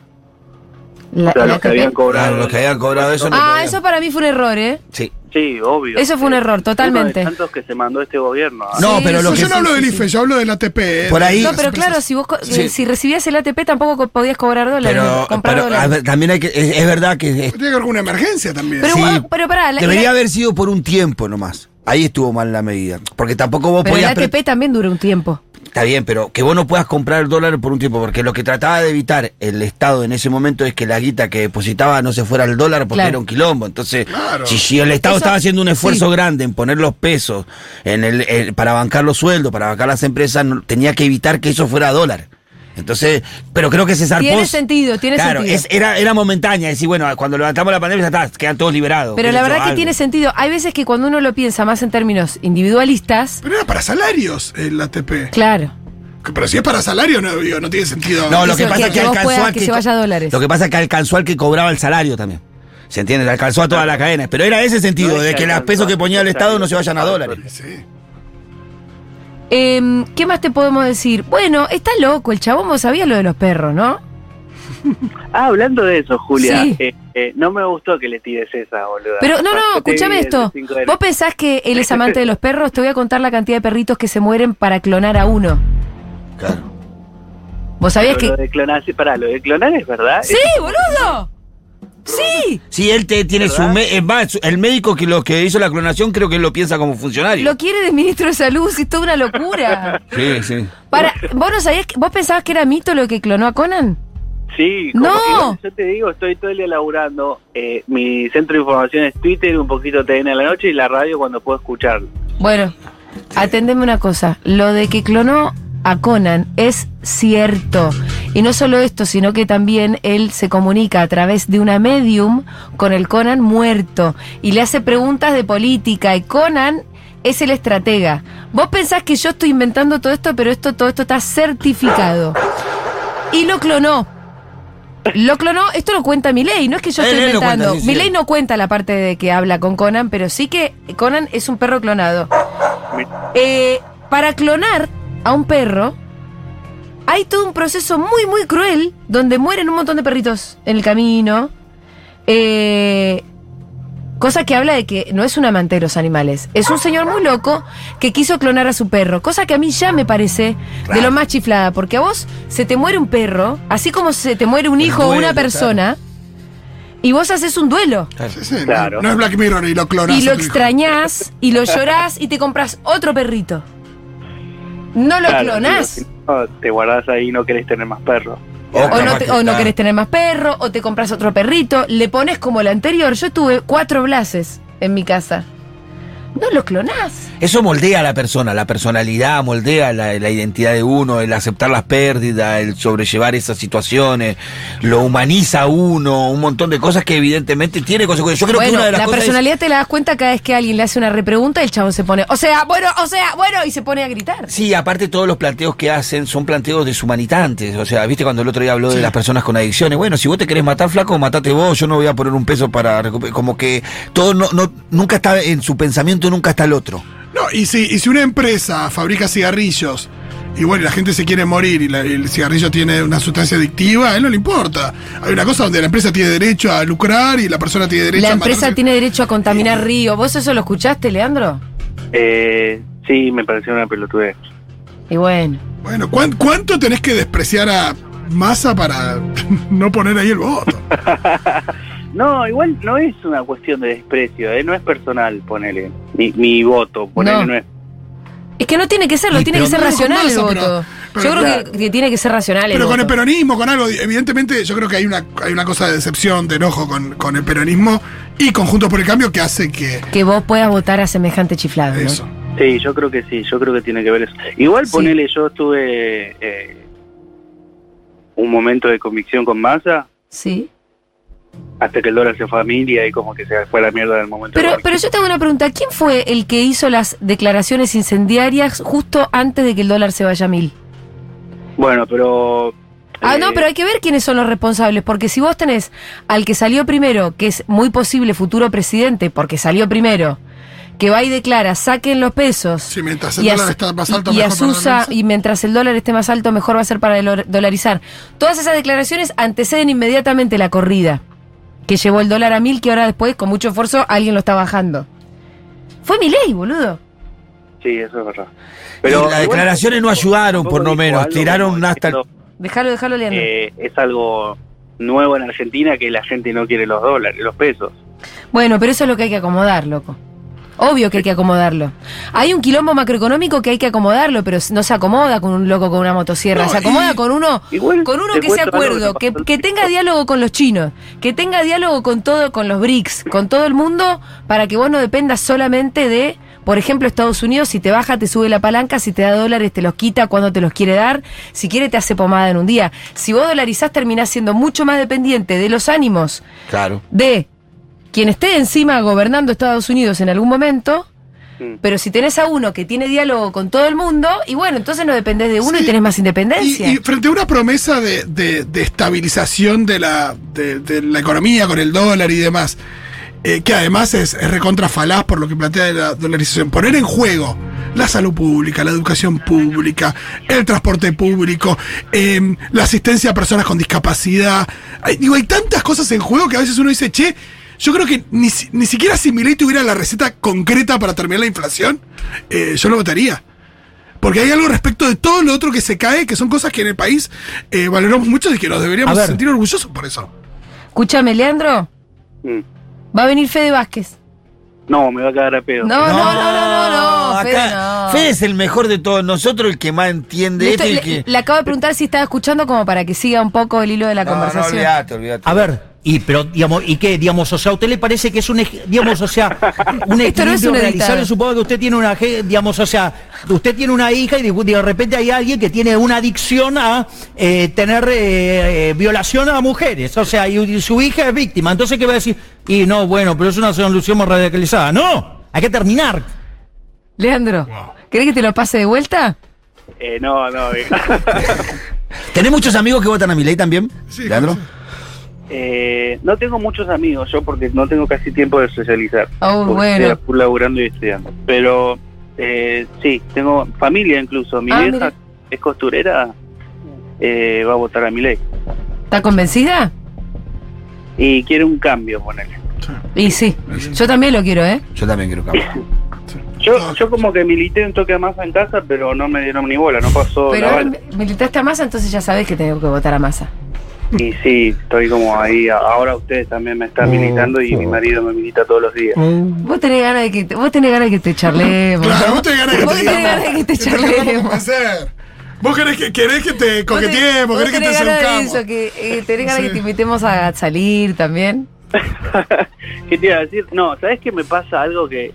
La- O sea, la los que ATP. habían Claro, cobrado. los que habían cobrado eso no Ah, podían. eso para mí fue un error, ¿eh? Sí. Sí, obvio. Eso fue un Eh, error, uno de totalmente. tantos que se mandó este gobierno. ¿ah? No, Sí, pero lo yo que. no hablo del IFE, yo hablo del ATP. eh, Por de ahí- las No, pero empresas. claro, si vos co- eh, Sí. si recibías el ATP tampoco co- podías cobrar dólares, Pero, comprar pero dólares. a ver, también hay que. Es, es verdad que. es- Tiene que haber alguna emergencia también. Pero sí, igual- pero pará, la- debería la- haber sido por un tiempo nomás. Ahí estuvo mal la medida. Porque tampoco vos Pero el podías. pre- ATP también dura un tiempo. Está bien, pero que vos no puedas comprar el dólar por un tiempo, porque lo que trataba de evitar el Estado en ese momento es que la guita que depositaba no se fuera al dólar porque Claro. era un quilombo. Entonces, Claro. si, si el Estado Eso- estaba haciendo un esfuerzo sí. grande en poner los pesos en el, el- para bancar los sueldos, para bancar las empresas, no- tenía que evitar que eso fuera a dólar. Entonces, pero creo que se zarpó. Tiene sentido, tiene claro, sentido. es- era, era momentánea, decir, bueno, cuando levantamos la pandemia ya está, quedan todos liberados. Pero qué la sé yo, verdad que algo. tiene sentido. Hay veces que cuando uno lo piensa más en términos individualistas, Pero era para salarios el ATP. claro. Pero si es para salarios, no, digo, no tiene sentido. No, lo Que que se- pasa es que que vos alcanzó puedas a que se vaya a dólares. Lo que pasa es que alcanzó al que cobraba el salario también. ¿Se entiende? Le alcanzó a toda la cadena. Pero era ese sentido, No es de que que los alcanzó pesos que ponía el al Estado no salario. se vayan a dólares. Sí. Em, ¿Qué más te podemos decir? Bueno, está loco, el chabón vos sabías lo de los perros, ¿no? Ah, hablando de eso, Julia, Sí. eh, eh, no me gustó que le tires esa, boluda. Pero no, no, Yo te escúchame vi el esto. 5 de la- ¿Vos pensás que él es amante de los perros? Te voy a contar la cantidad de perritos que se mueren para clonar a uno. Claro. ¿Vos sabías Pero que...? Lo de clonar, sí, pará, lo de clonar es verdad. ¡Sí, boludo! ¡Sí! Si él te, tiene su... me- es más, su- el médico que lo que hizo la clonación creo que él lo piensa como funcionario. Lo quiere de ministro de salud, sí, es toda una locura. Sí, sí. Para, ¿Vos no sabías, que- vos pensabas que era mito lo que clonó a Conan? Sí, como No. que, bueno, yo te digo, estoy todo el día laburando. eh, mi centro de información es Twitter, un poquito TN a la noche y la radio cuando puedo escucharlo. Bueno, atendeme una cosa. Lo de que clonó a Conan es cierto. Y no solo esto, sino que también él se comunica a través de una medium con el Conan muerto y le hace preguntas de política y Conan es el estratega. Vos pensás que yo estoy inventando todo esto, pero esto todo esto está certificado. Y lo clonó. Lo clonó, esto lo cuenta Milei, no es que yo Él- estoy él Eh, lo cuenta, inventando. sí, sí. Milei no cuenta la parte de que habla con Conan, pero sí que Conan es un perro clonado. Eh, para clonar a un perro, hay todo un proceso muy, muy cruel donde mueren un montón de perritos en el camino. Eh, cosa que habla de que no es un amante de los animales. Es un señor muy loco que quiso clonar a su perro. Cosa que a mí ya me parece de lo más chiflada. Porque a vos se te muere un perro, así como se te muere un El hijo o duelo, una persona, y vos haces un duelo. Sí, sí, no- Claro. No, es Black Mirror y lo clonas. Y lo a tu hijo. extrañás, y lo llorás, y te compras otro perrito. No lo Claro, clonás. digo, si no, te guardás ahí y no querés tener más perros. O no, capaz te- que o no está- querés tener más perro, o te compras otro perrito, le pones como el anterior. Yo tuve cuatro blases en mi casa. No los clonás. Eso moldea a la persona, la personalidad, moldea la, la identidad de uno, el aceptar las pérdidas, el sobrellevar esas situaciones, lo humaniza a uno, un montón de cosas que evidentemente tiene consecuencias. Yo creo que bueno, una de las la cosas es- personalidad te la das cuenta cada vez que alguien le hace una repregunta y el chabón se pone, o sea, bueno, o sea, bueno, y se pone a gritar. Sí, aparte todos los planteos que hacen son planteos deshumanitantes. O sea, viste cuando el otro día habló de las personas con adicciones. Bueno, si vos te querés matar flaco, matate vos. Yo no voy a poner un peso para recuperar. Como que todo no, no- nunca está en su pensamiento, nunca está el otro. No, y si, y si una empresa fabrica cigarrillos y bueno, y la gente se quiere morir y, la- y el cigarrillo tiene una sustancia adictiva, a él no le importa. Hay una cosa donde la empresa tiene derecho a lucrar y la persona tiene derecho La a empresa matarse. tiene derecho a contaminar río. ¿Vos eso lo escuchaste, Leandro? Eh, sí, me pareció una pelotudez. Y bueno. Bueno, ¿cuán- ¿cuánto tenés que despreciar a Massa para no poner ahí el voto? No, igual no es una cuestión de desprecio, ¿eh? no es personal, ponele. Mi, mi voto, ponele, No. no es Es que no tiene que serlo, Y tiene que pero ser no, racional con el eso, voto. pero- pero Yo creo claro. que, que tiene que ser racional el Pero con el voto. peronismo, con algo, evidentemente yo creo que hay una, hay una cosa de decepción, de enojo con, con el peronismo y con Juntos por el Cambio que hace que Que vos puedas votar a semejante chiflado, ¿no? eso. Sí, yo creo que sí, yo creo que tiene que ver eso. Igual Sí. ponele, yo estuve eh, un momento de convicción con Massa Sí. hasta que el dólar se fue a mil y ahí como que se fue a la mierda en el momento. Pero, de- pero yo tengo una pregunta. ¿Quién fue el que hizo las declaraciones incendiarias justo antes de que el dólar se vaya a mil? Bueno, pero... Ah, eh, no, pero hay que ver quiénes son los responsables, porque si vos tenés al que salió primero, que es muy posible futuro presidente, porque salió primero, que va y declara, saquen los pesos. Sí, mientras el y dólar as- está más alto, y, y mejor para asusa- dolarizar. y mientras el dólar esté más alto, mejor va a ser para dolo- dolarizar. Todas esas declaraciones anteceden inmediatamente la corrida, que llevó el dólar a mil, que ahora después, con mucho esfuerzo, alguien lo está bajando. Fue mi ley, boludo. Sí, eso es verdad. Y las igual- declaraciones no ayudaron, por lo tampoco menos, dijo algo tiraron como hasta el- diciendo, Dejalo, dejalo, Leandro. eh, es algo nuevo en Argentina que la gente no quiere los dólares, los pesos. Bueno, pero eso es lo que hay que acomodar, loco. Obvio que hay que acomodarlo. Hay un quilombo macroeconómico que hay que acomodarlo, pero no se acomoda con un loco con una motosierra, No, se acomoda y- con uno, igual con uno te que sea cuento algo acuerdo, que que, me pasó que el tenga chico. diálogo con los chinos, que tenga diálogo con todo, con los BRICS, con todo el mundo, para que vos no dependas solamente de, por ejemplo, Estados Unidos, si te baja, te sube la palanca, si te da dólares, te los quita cuando te los quiere dar, si quiere te hace pomada en un día. Si vos dolarizás, terminás siendo mucho más dependiente de los ánimos Claro. de quien esté encima gobernando Estados Unidos en algún momento, Mm. pero si tenés a uno que tiene diálogo con todo el mundo, y bueno, entonces no dependés de uno Sí. y tenés más Y, independencia. y frente a una promesa de, de- de estabilización de la, de, de la economía con el dólar y demás, eh, que además es, es recontra falaz por lo que plantea de la dolarización, poner en juego la salud pública, la educación pública, el transporte público, eh, la asistencia a personas con discapacidad. Hay- digo, hay tantas cosas en juego que a veces uno dice, che, yo creo que ni, si- ni siquiera si Milei tuviera la receta concreta para terminar la inflación, eh, yo lo votaría. Porque hay algo respecto de todo lo otro que se cae, que son cosas que en el país eh, valoramos mucho y que nos deberíamos A ver. sentir orgullosos por eso. Escúchame, Leandro, Mm. va a venir Fede Vázquez. No, me va a cagar a pedo. No, no, no, no, no, no, Fede, acá- no. Fede es el mejor de todos nosotros, el que más entiende Le, este esto estoy- y le- que. le acabo de preguntar si estaba escuchando como para que siga un poco el hilo de la No, no, conversación. olvídate, olvídate. A ver, y pero digamos, ¿y qué? Digamos, o sea, ¿a usted le parece que es un ej- digamos, o sea, un Esto no es equilibrio un editado. realizable? Supongo que usted tiene una je- digamos, o sea, usted tiene una hija y de, de repente hay alguien que tiene una adicción a eh, tener eh, eh, violación a mujeres, o sea, y, y su hija es víctima. Entonces, ¿qué va a decir? Y no, bueno, pero es una solución más radicalizada. No, hay que terminar. Leandro, ¿querés que te lo pase de vuelta? Eh, no, no. eh. ¿Tenés muchos amigos que votan a mi ley también? Sí, Leandro. Eh, no tengo muchos amigos yo porque no tengo casi tiempo de socializar. Oh, porque bueno. estoy a full laburando y estudiando. Pero eh, sí, tengo familia incluso. Mi Ah, vieja mira. es costurera, eh, va a votar a mi ley. ¿Estás convencida? Y quiere un cambio, ponele. Y sí, yo también lo quiero, ¿eh? Yo también quiero cambiar. Ah. Yo, yo como que milité un toque más en casa, pero no me dieron ni bola, no pasó Pero la ahora bala. militaste a Massa, entonces ya sabés que tengo que votar a Massa. Y sí, estoy como ahí. Ahora ustedes también me Oh, están militando y mi marido me milita todos los días. Vos tenés ganas de que te, vos tenés ganas de que te charlemos. Claro, vos tenés ganas que Vos te tenés digamos, ganas de que te tengamos charlemos. convencer. Vos querés que, querés que te Vos tenés- coqueteemos, vos querés que te tenés ganas de acercamos. eso, que, eh, tenés ganas Sí. que te invitemos a salir también. ¿Qué te iba a decir? No, ¿sabes qué me pasa? Algo que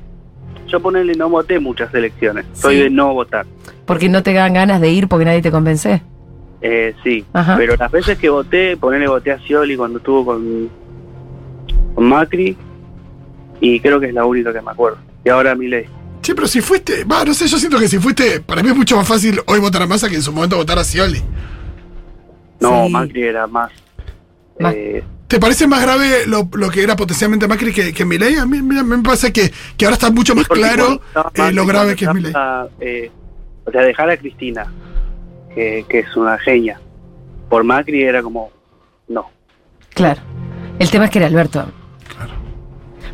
yo ponerle no voté muchas elecciones. Soy Sí. de no votar. Porque no te dan ganas de ir porque nadie te convence. Eh, sí, Ajá. pero las veces que voté, ponerle voté a Scioli cuando estuvo con, con Macri y creo que es la única que me acuerdo. Y ahora Milei. Che, pero si fuiste, va, no sé, yo siento que si fuiste, para mí es mucho más fácil hoy votar a Massa que en su momento votar a Scioli. No, Sí. Macri era más... Más- eh, ¿Te parece más grave lo, lo que era potencialmente Macri que, que Milei? A mí mira, me parece que, que ahora está mucho más porque claro cuando estaba eh, lo Macri, grave cuando que es Milei. estaba, eh, o sea, dejar a Cristina, que, que es una genia, por Macri era como... No. Claro. El tema es que era Alberto.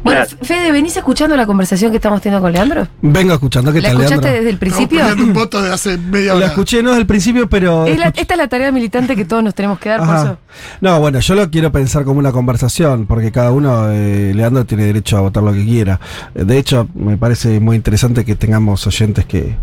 Bueno, Claro. Fede, ¿venís escuchando la conversación que estamos teniendo con Leandro? Vengo escuchando, ¿qué ¿La tal, escuchaste Leandro? desde el principio? Estamos peleando un voto de hace media La hora. escuché no desde el principio, pero... Es la- escuché- esta es la tarea militante que todos nos tenemos que dar, por Ajá. eso. No, bueno, yo lo quiero pensar como una conversación, porque cada uno, eh, Leandro, tiene derecho a votar lo que quiera. Eh, De hecho, me parece muy interesante que tengamos oyentes que,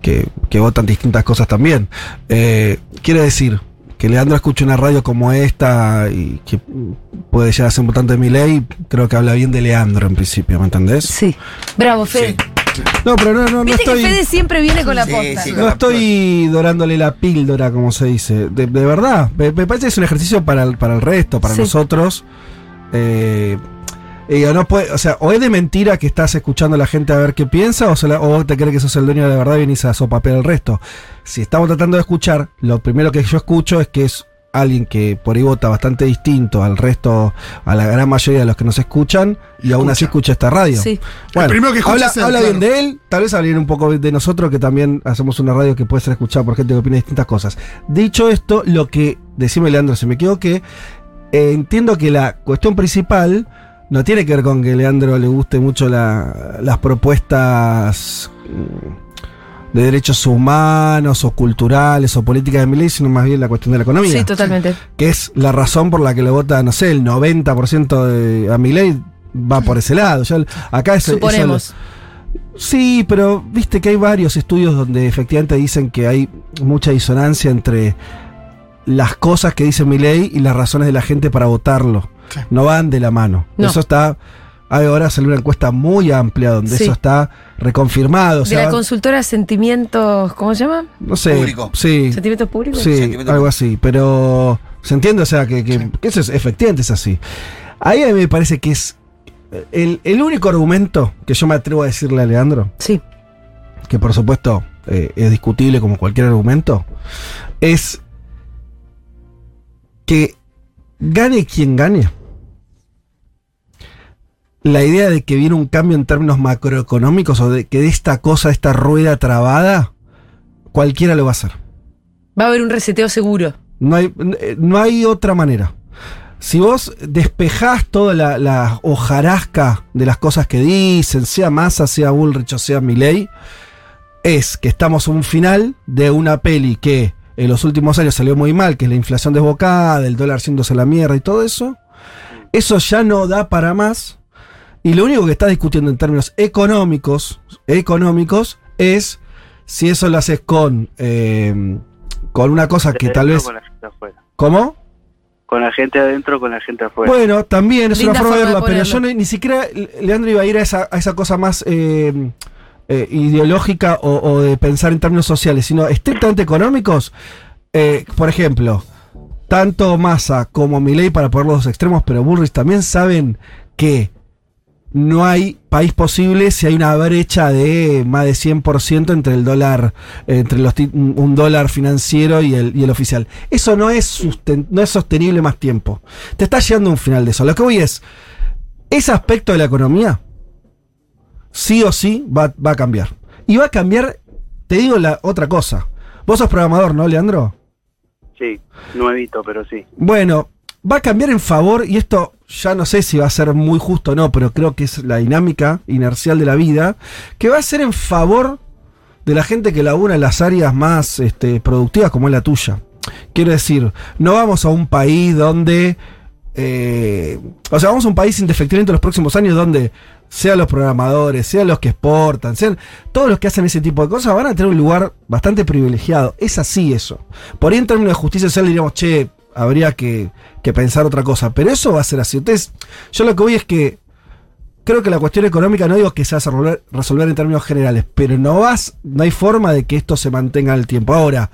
que, que votan distintas cosas también. Eh, quiero decir que Leandro escuche una radio como esta y que mm, puede llegar a ser un votante de mi ley, creo que habla bien de Leandro en principio, ¿me entendés? Sí. Bravo, Fede. No, pero no, no, no Viste estoy... que Fede siempre viene con la Sí, posta. sí, No estoy dorándole la píldora, como se dice. De, de verdad. Me, me parece que es un ejercicio para el, para el resto, para Sí. nosotros. Eh, digo, no puede, o sea, o es de mentira que estás escuchando a la gente a ver qué piensa, o, se la- o vos te crees que sos el dueño de la verdad y venís a sopapear el resto. Si estamos tratando de escuchar, lo primero que yo escucho es que es alguien que por ahí vota bastante distinto al resto, a la gran mayoría de los que nos escuchan, y aún así escucha esta radio. Sí. Bueno, El primero que escucha habla, es él, habla bien claro. de él, tal vez habla bien un poco de nosotros, que también hacemos una radio que puede ser escuchada por gente que opina distintas cosas. Dicho esto, lo que, decime Leandro, si me equivoqué, eh, entiendo que la cuestión principal no tiene que ver con que a Leandro le guste mucho la- las propuestas mm, de derechos humanos o culturales o políticas de Milei, sino más bien la cuestión de la economía Sí, totalmente. que es la razón por la que lo vota, no sé, el 90% de, a mi ley va por ese lado. Ya el- acá es, Suponemos. eso- sí, pero viste que hay varios estudios donde efectivamente dicen que hay mucha disonancia entre las cosas que dice mi ley y las razones de la gente para votarlo. Sí. No van de la mano. No. Eso está. hay Ahora salió una encuesta muy amplia donde Sí. eso está reconfirmado. o de sea, la consultora Sentimientos, ¿cómo se llama? no sé. Público. Sí. ¿Sentimientos públicos? Sí, Sentimiento algo así, pero se entiende, o sea, que, que- que eso es efectivamente es así. Ahí a mí me parece que es eh, el, el único argumento que yo me atrevo a decirle a Leandro, Sí. que por supuesto eh, es discutible como cualquier argumento, es que gane quien gane. La idea de que viene un cambio en términos macroeconómicos o de que de esta cosa, esta rueda trabada, cualquiera lo va a hacer. Va a haber un reseteo seguro. No hay, eh, no hay otra manera. Si vos despejás toda la, la hojarasca de las cosas que dicen, sea Massa, sea Bullrich o sea Milley, es que estamos en un final de una peli que en los últimos años salió muy mal, que es la inflación desbocada, el dólar yéndose a la mierda y todo eso. Eso ya no da para más. Y lo único que está discutiendo en términos económicos, económicos es si eso lo haces con, eh, con una cosa que Desde tal adentro Con vez... la gente afuera. ¿Cómo? Con la gente adentro, con la gente afuera. Bueno, también es Linda una forma de forma verlo, de pero yo ponerlo. ni, ni siquiera Le- Leandro iba a ir a esa, a esa cosa más eh, eh, ideológica o, o de pensar en términos sociales, sino estrictamente económicos. Eh, por ejemplo, tanto Massa como Milei, para poner los dos extremos, pero Bullrich también saben que no hay país posible si hay una brecha de más de 100% entre el dólar, entre los ti- un dólar financiero y el, y el oficial. Eso no es, susten- no es sostenible más tiempo. Te está llegando un final de eso. Lo que voy es, ese aspecto de la economía, sí o sí, va, va a cambiar. Y va a cambiar, te digo la otra cosa. Vos sos programador, ¿no, Leandro? Sí, nuevito, pero sí. Bueno, va a cambiar en favor, y esto ya no sé si va a ser muy justo o no, pero creo que es la dinámica inercial de la vida, que va a ser en favor de la gente que labura en las áreas más este, productivas como es la tuya. Quiero decir, no vamos a un país donde... eh, o sea, vamos a un país indefectiblemente en los próximos años donde sean los programadores, sean los que exportan, sean todos los que hacen ese tipo de cosas, van a tener un lugar bastante privilegiado. Es así eso. Por ahí en términos de justicia social diríamos, che, habría que, que pensar otra cosa. Pero eso va a ser así. Entonces, yo lo que voy es que creo que la cuestión económica, no digo que se va a resolver, resolver en términos generales, pero no vas, no hay forma de que esto se mantenga en el tiempo. Ahora,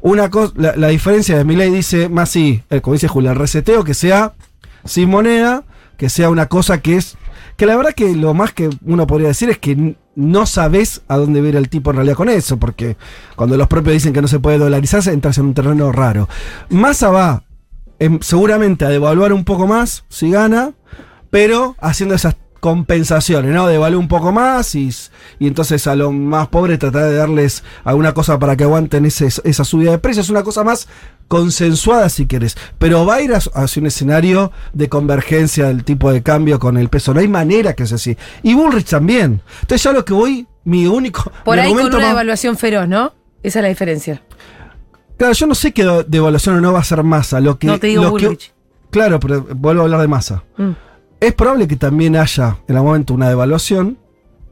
una cosa, la, la diferencia de Milei dice más sí, eh, como dice Julián, reseteo que sea sin moneda, que sea una cosa que es. Que la verdad que lo más que uno podría decir es que n- no sabes a dónde va a ir el tipo en realidad con eso, porque cuando los propios dicen que no se puede dolarizarse, entras en un terreno raro. Massa va em, seguramente a devaluar un poco más si gana, pero haciendo esas compensaciones, ¿no? Devalúa un poco más y, y entonces a los más pobres tratar de darles alguna cosa para que aguanten ese- esa subida de precios, una cosa más consensuada si querés, pero va a ir a- hacia un escenario de convergencia del tipo de cambio con el peso, no hay manera que sea así. Y Bullrich también. Entonces ya lo que voy, mi único... Por mi ahí con argumento una más- devaluación feroz, ¿no? Esa es la diferencia. Claro, yo no sé qué do- devaluación o no va a ser masa. Lo que, No te digo lo que- Bullrich. claro, pero vuelvo a hablar de masa. Mm. Es probable que también haya en algún momento una devaluación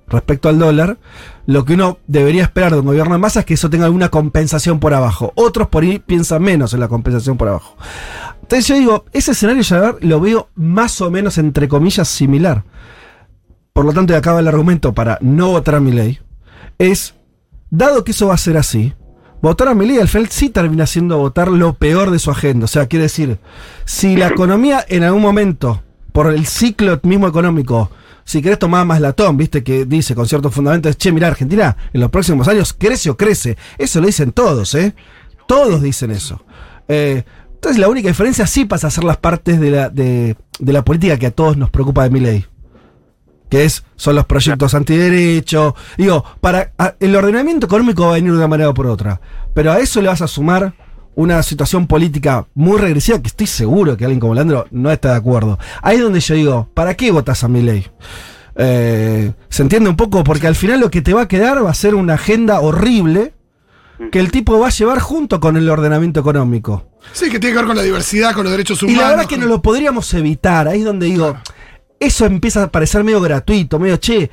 respecto al dólar. Lo que uno debería esperar de un gobierno de masa es que eso tenga alguna compensación por abajo. Otros por ahí piensan menos en la compensación por abajo. Entonces yo digo, ese escenario ya lo veo más o menos entre comillas similar. Por lo tanto, y acaba el argumento para no votar a mi ley. Es, dado que eso va a ser así, votar a Milei al final sí termina siendo votar lo peor de su agenda. O sea, quiere decir, si la economía en algún momento, por el ciclo mismo económico, si querés tomar más latón, viste que dice con ciertos fundamentos, che, mirá, Argentina, en los próximos años crece o crece. Eso lo dicen todos, ¿eh? Todos dicen eso. Eh, entonces la única diferencia sí pasa a ser las partes de la, de, de la política que a todos nos preocupa de Milei que es, son los proyectos antiderecho. Digo, para a- el ordenamiento económico va a venir de una manera o por otra. Pero a eso le vas a sumar una situación política muy regresiva que estoy seguro que alguien como Leandro no está de acuerdo. Ahí es donde yo digo, ¿para qué votas a mi ley? Eh, ¿Se entiende un poco? Porque al final lo que te va a quedar va a ser una agenda horrible que el tipo va a llevar junto con el ordenamiento económico. Sí, que tiene que ver con la diversidad, con los derechos Y humanos. la verdad es que no lo podríamos evitar. Ahí es donde digo, eso empieza a parecer medio gratuito, medio che.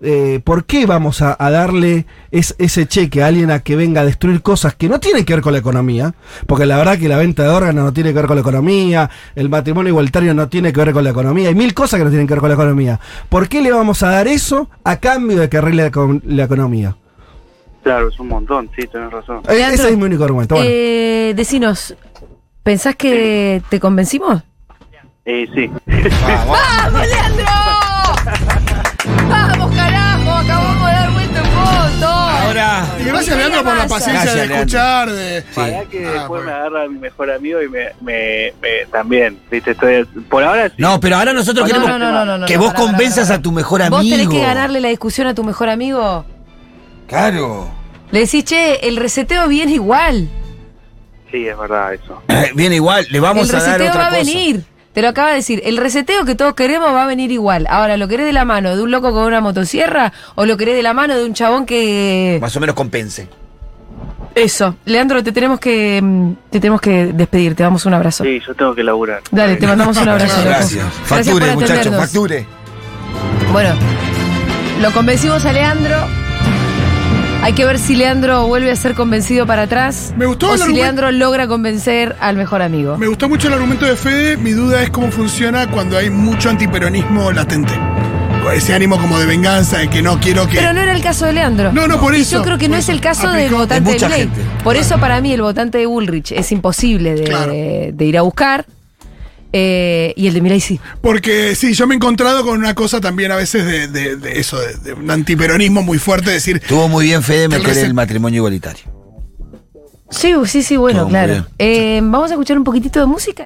eh, ¿Por qué vamos a, a darle es- ese cheque a alguien a que venga a destruir cosas que no tienen que ver con la economía? Porque la verdad que la venta de órganos no tiene que ver con la economía, el matrimonio igualitario no tiene que ver con la economía, hay mil cosas que no tienen que ver con la economía. ¿Por qué le vamos a dar eso a cambio de que arregle la, econ- la economía? Claro, es un montón, sí, tenés razón. Eh, ese es mi único argumento. Bueno. Eh, decinos, ¿pensás que te convencimos? Eh, sí. ¡Vamos, Leandro! ¡Vamos, carajo! Acabamos de dar vuelta en foto. Ahora- Y gracias, Leandro, por la paciencia Gracias, de Leandro. escuchar. De... Ojalá que después me agarra mi mejor amigo y me, me, me- también, viste, estoy por ahora sí. No, pero ahora nosotros No, queremos no, no, no, no, no, que no, vos pará, pará, convenzas pará, pará. a tu mejor amigo. Vos tenés que ganarle la discusión a tu mejor amigo. Claro. Le decís, che, el reseteo viene igual. Sí, es verdad eso. Eh, Bien igual, le vamos el a dar reseteo otra va a cosa. venir. Te lo acaba de decir. El reseteo que todos queremos va a venir igual. Ahora, ¿lo querés de la mano de un loco con una motosierra o lo querés de la mano de un chabón que... Más o menos compense. Eso. Leandro, te tenemos que, mm, te tenemos que despedir. Te damos un abrazo. Sí, yo tengo que laburar. Dale, te mandamos un abrazo. loco. Gracias. Gracias por Facture, muchachos, atendernos. facture. Bueno, lo convencimos a Leandro. Hay que ver si Leandro vuelve a ser convencido para atrás. Me gustó o el si argumento. Leandro logra convencer al mejor amigo. Me gustó mucho el argumento de Fede. Mi duda es cómo funciona cuando hay mucho antiperonismo latente. Con Ese ánimo como de venganza, de que no quiero que. Pero no era el caso de Leandro. No, no, por Y eso. Yo creo que no Por es eso. el caso del Aplicó- votante de de mucha Milei. gente. Por eso, para mí, el votante de Ulrich es imposible de, Claro. de ir a buscar. Eh, y el de Milei sí. Porque sí, yo me he encontrado con una cosa también a veces de, de- de eso, de, de un antiperonismo muy fuerte, decir, Estuvo muy bien Fede meter rese- el matrimonio igualitario. Sí, sí, sí, bueno, Todo muy claro. bien. Eh, Vamos a escuchar un poquitito de música.